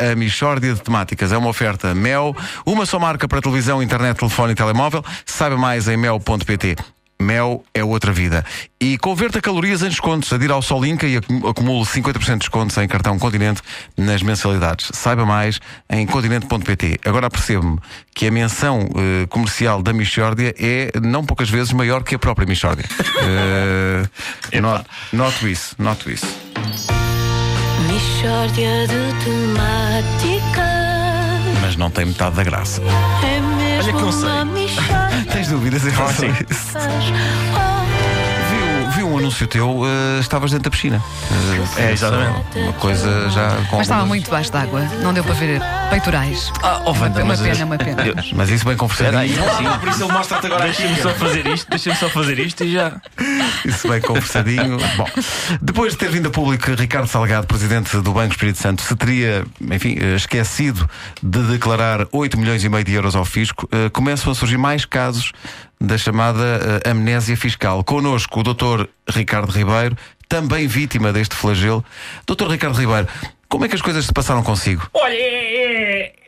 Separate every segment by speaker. Speaker 1: A Michórdia de Temáticas é uma oferta Mel, uma só marca para televisão, internet, telefone e telemóvel. Saiba mais em mel.pt. Mel é outra vida. E converta calorias em descontos. Adira ao Solinca e acu- acumule 50% de descontos em cartão Continente nas mensalidades. Saiba mais em continente.pt. Agora percebo-me que a menção eh, comercial da Michórdia é não poucas vezes maior que a própria Michórdia. Eh, not- noto isso, noto isso.
Speaker 2: Mishória de temáticas
Speaker 1: Mas não tem metade da graça.
Speaker 2: É mesmo
Speaker 3: que não sei.
Speaker 2: uma mixórdia
Speaker 1: Tens dúvidas em relação a isso?
Speaker 2: Oh.
Speaker 1: Vi, vi um anúncio teu, eh, estavas dentro da piscina. Eh,
Speaker 3: É, exatamente.
Speaker 1: Uma coisa já com.
Speaker 4: Mas estava muito baixo d'água, não deu para ver peitorais.
Speaker 3: Ah, oh, Wanda,
Speaker 4: Uma
Speaker 3: mas
Speaker 4: pena, uma pena.
Speaker 1: Mas isso
Speaker 3: Peraí,
Speaker 1: bem conversadinho.
Speaker 3: não, não, por isso ele mostra-te agora Deixa-me só fazer isto, deixa-me só fazer isto e já.
Speaker 1: Isso bem conversadinho. Bom, depois de ter vindo a público Ricardo Salgado, presidente do Banco Espírito Santo, se teria, enfim, eh, esquecido de declarar 8 milhões e meio de euros ao fisco, eh, começam a surgir mais casos da chamada eh, amnésia fiscal. Connosco o Dr. Ricardo Ribeiro, também vítima deste flagelo. Dr. Ricardo Ribeiro, como é que as coisas se passaram consigo?
Speaker 5: Olha, é,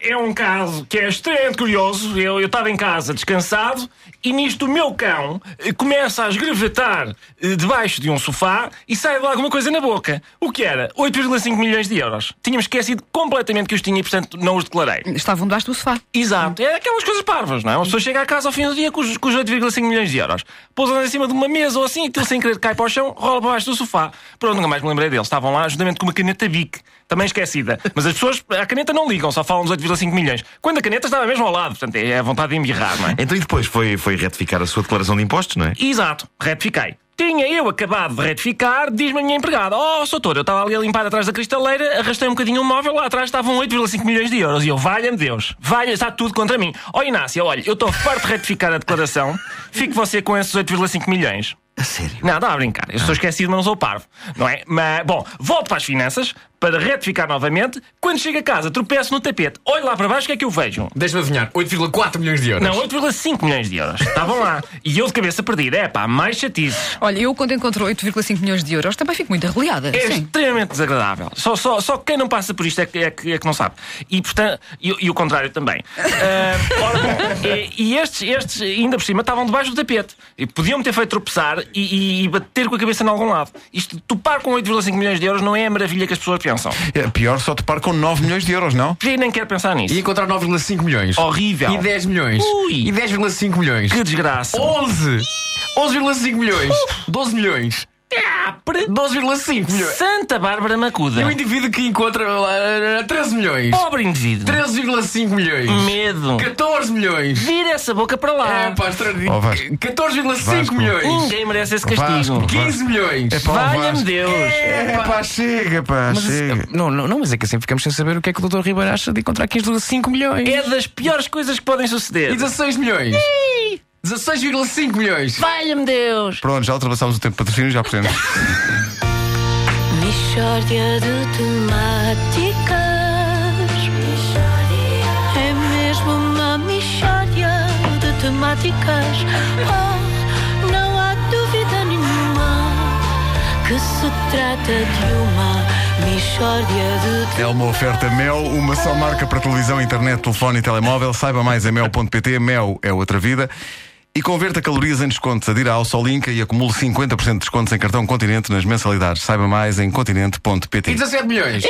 Speaker 5: é- é um caso que é extremamente curioso. Eu estava em casa descansado e nisto o meu cão eh, começa a esgravetar eh, debaixo de um sofá e sai de lá alguma coisa na boca. O que era? 8,5 milhões de euros. Tinha-me esquecido completamente que os tinha e, portanto, não os declarei.
Speaker 4: Estavam debaixo do sofá.
Speaker 5: Exato. É aquelas coisas parvas, não é? Uma pessoa chega a casa ao fim do dia com os, com os 8,5 milhões de euros. Pousam em cima de uma mesa ou assim, aquilo sem querer cai para o chão, rola para baixo do sofá. Pronto, nunca mais me lembrei deles. Estavam lá juntamente com uma caneta Bic, também esquecida. Mas as pessoas, a caneta não ligam, só falam dos 8,5 milhões. Quando a caneta estava mesmo ao lado, portanto, é a vontade de embirrar, não é?
Speaker 6: Então e depois foi, foi retificar a sua declaração de impostos, não é?
Speaker 5: Exato, retifiquei. Tinha eu acabado de retificar, diz-me a minha empregada: Oh, Soutor, eu estava ali a limpar atrás da cristaleira, arrastei um bocadinho o móvel, lá atrás estavam 8,5 milhões de euros. E eu, valha-me Deus, valha, está tudo contra mim. Ó Inácio, olha, eu estou farto de retificar a declaração, fique você com esses 8,5 milhões.
Speaker 6: A sério?
Speaker 5: Não, dá a brincar. Eu sou esquecido, mas não sou parvo. Não é? Mas, bom, volto para as finanças para retificar novamente. Quando chego a casa, tropeço no tapete. Olho lá para baixo, o que é que eu vejo?
Speaker 7: Deixa-me adivinhar, 8,4 milhões de euros.
Speaker 5: Não, 8,5 milhões de euros. Estavam lá. E eu de cabeça perdida. É pá, mais chatices.
Speaker 4: Olha, eu quando encontro 8,5 milhões de euros também fico muito arreliada.
Speaker 5: É
Speaker 4: Sim.
Speaker 5: extremamente desagradável. Só, só, só quem não passa por isto é que, é que, é que não sabe. E, portanto, e, e o contrário também. Ah, ora bom, e, e estes, estes, ainda por cima, estavam debaixo do tapete. E podiam me ter feito tropeçar e, e- e bater com a cabeça em algum lado. Isto, de topar com 8,5 milhões de euros não é a maravilha que as pessoas pensam.
Speaker 1: É pior só topar com 9 milhões de euros, não?
Speaker 5: E nem quero pensar nisso.
Speaker 7: E encontrar 9,5 milhões.
Speaker 1: Oh,
Speaker 5: Horrível.
Speaker 7: E 10 milhões.
Speaker 5: Ui.
Speaker 7: E 10,5 milhões.
Speaker 5: Que desgraça.
Speaker 7: 11! 11,5 milhões.
Speaker 1: Uh.
Speaker 7: 12 milhões.
Speaker 5: Ah, pre-
Speaker 7: 12,5 milhões.
Speaker 5: Santa Bárbara Macuda.
Speaker 7: E o indivíduo que encontra lá, ah, 13 milhões.
Speaker 1: Oh.
Speaker 5: Pobre indivíduo.
Speaker 7: 13,5 milhões.
Speaker 5: Medo.
Speaker 7: 14 milhões.
Speaker 5: Vira essa boca para lá.
Speaker 7: É pá, extraordinário.
Speaker 1: Ó, Oh, Vasco.
Speaker 7: 14,5
Speaker 1: Vasco.
Speaker 7: milhões.
Speaker 5: Ninguém merece esse castigo.
Speaker 1: Vasco.
Speaker 7: 15 milhões.
Speaker 1: É pá, o
Speaker 5: Valha-me
Speaker 1: Vasco.
Speaker 5: Deus.
Speaker 1: É pá, chega, pá, chega.
Speaker 3: Não, não, não, mas é que assim ficamos sem saber o que é que o Dr. Ribeiro acha de encontrar 15,5 milhões.
Speaker 5: É das piores coisas que podem
Speaker 7: E assim,
Speaker 5: suceder.
Speaker 7: 16 milhões. 16,5 milhões.
Speaker 5: Valha-me Deus!
Speaker 1: Pronto, já ultrapassámos o tempo de patrocínio, já percebemos.
Speaker 2: Mishória de temáticas É mesmo uma mixória de temáticas Oh, não há dúvida nenhuma Que se trata de uma mixória de temáticas
Speaker 1: É uma oferta Mel, uma só marca para televisão, internet, telefone e telemóvel. Saiba mais em mel.pt. Mel é outra vida. E converta calorias em descontos. Adira ao Solinca e acumule 50% de descontos em cartão Continente nas mensalidades. Saiba mais em continente.pt.
Speaker 7: E 17 milhões.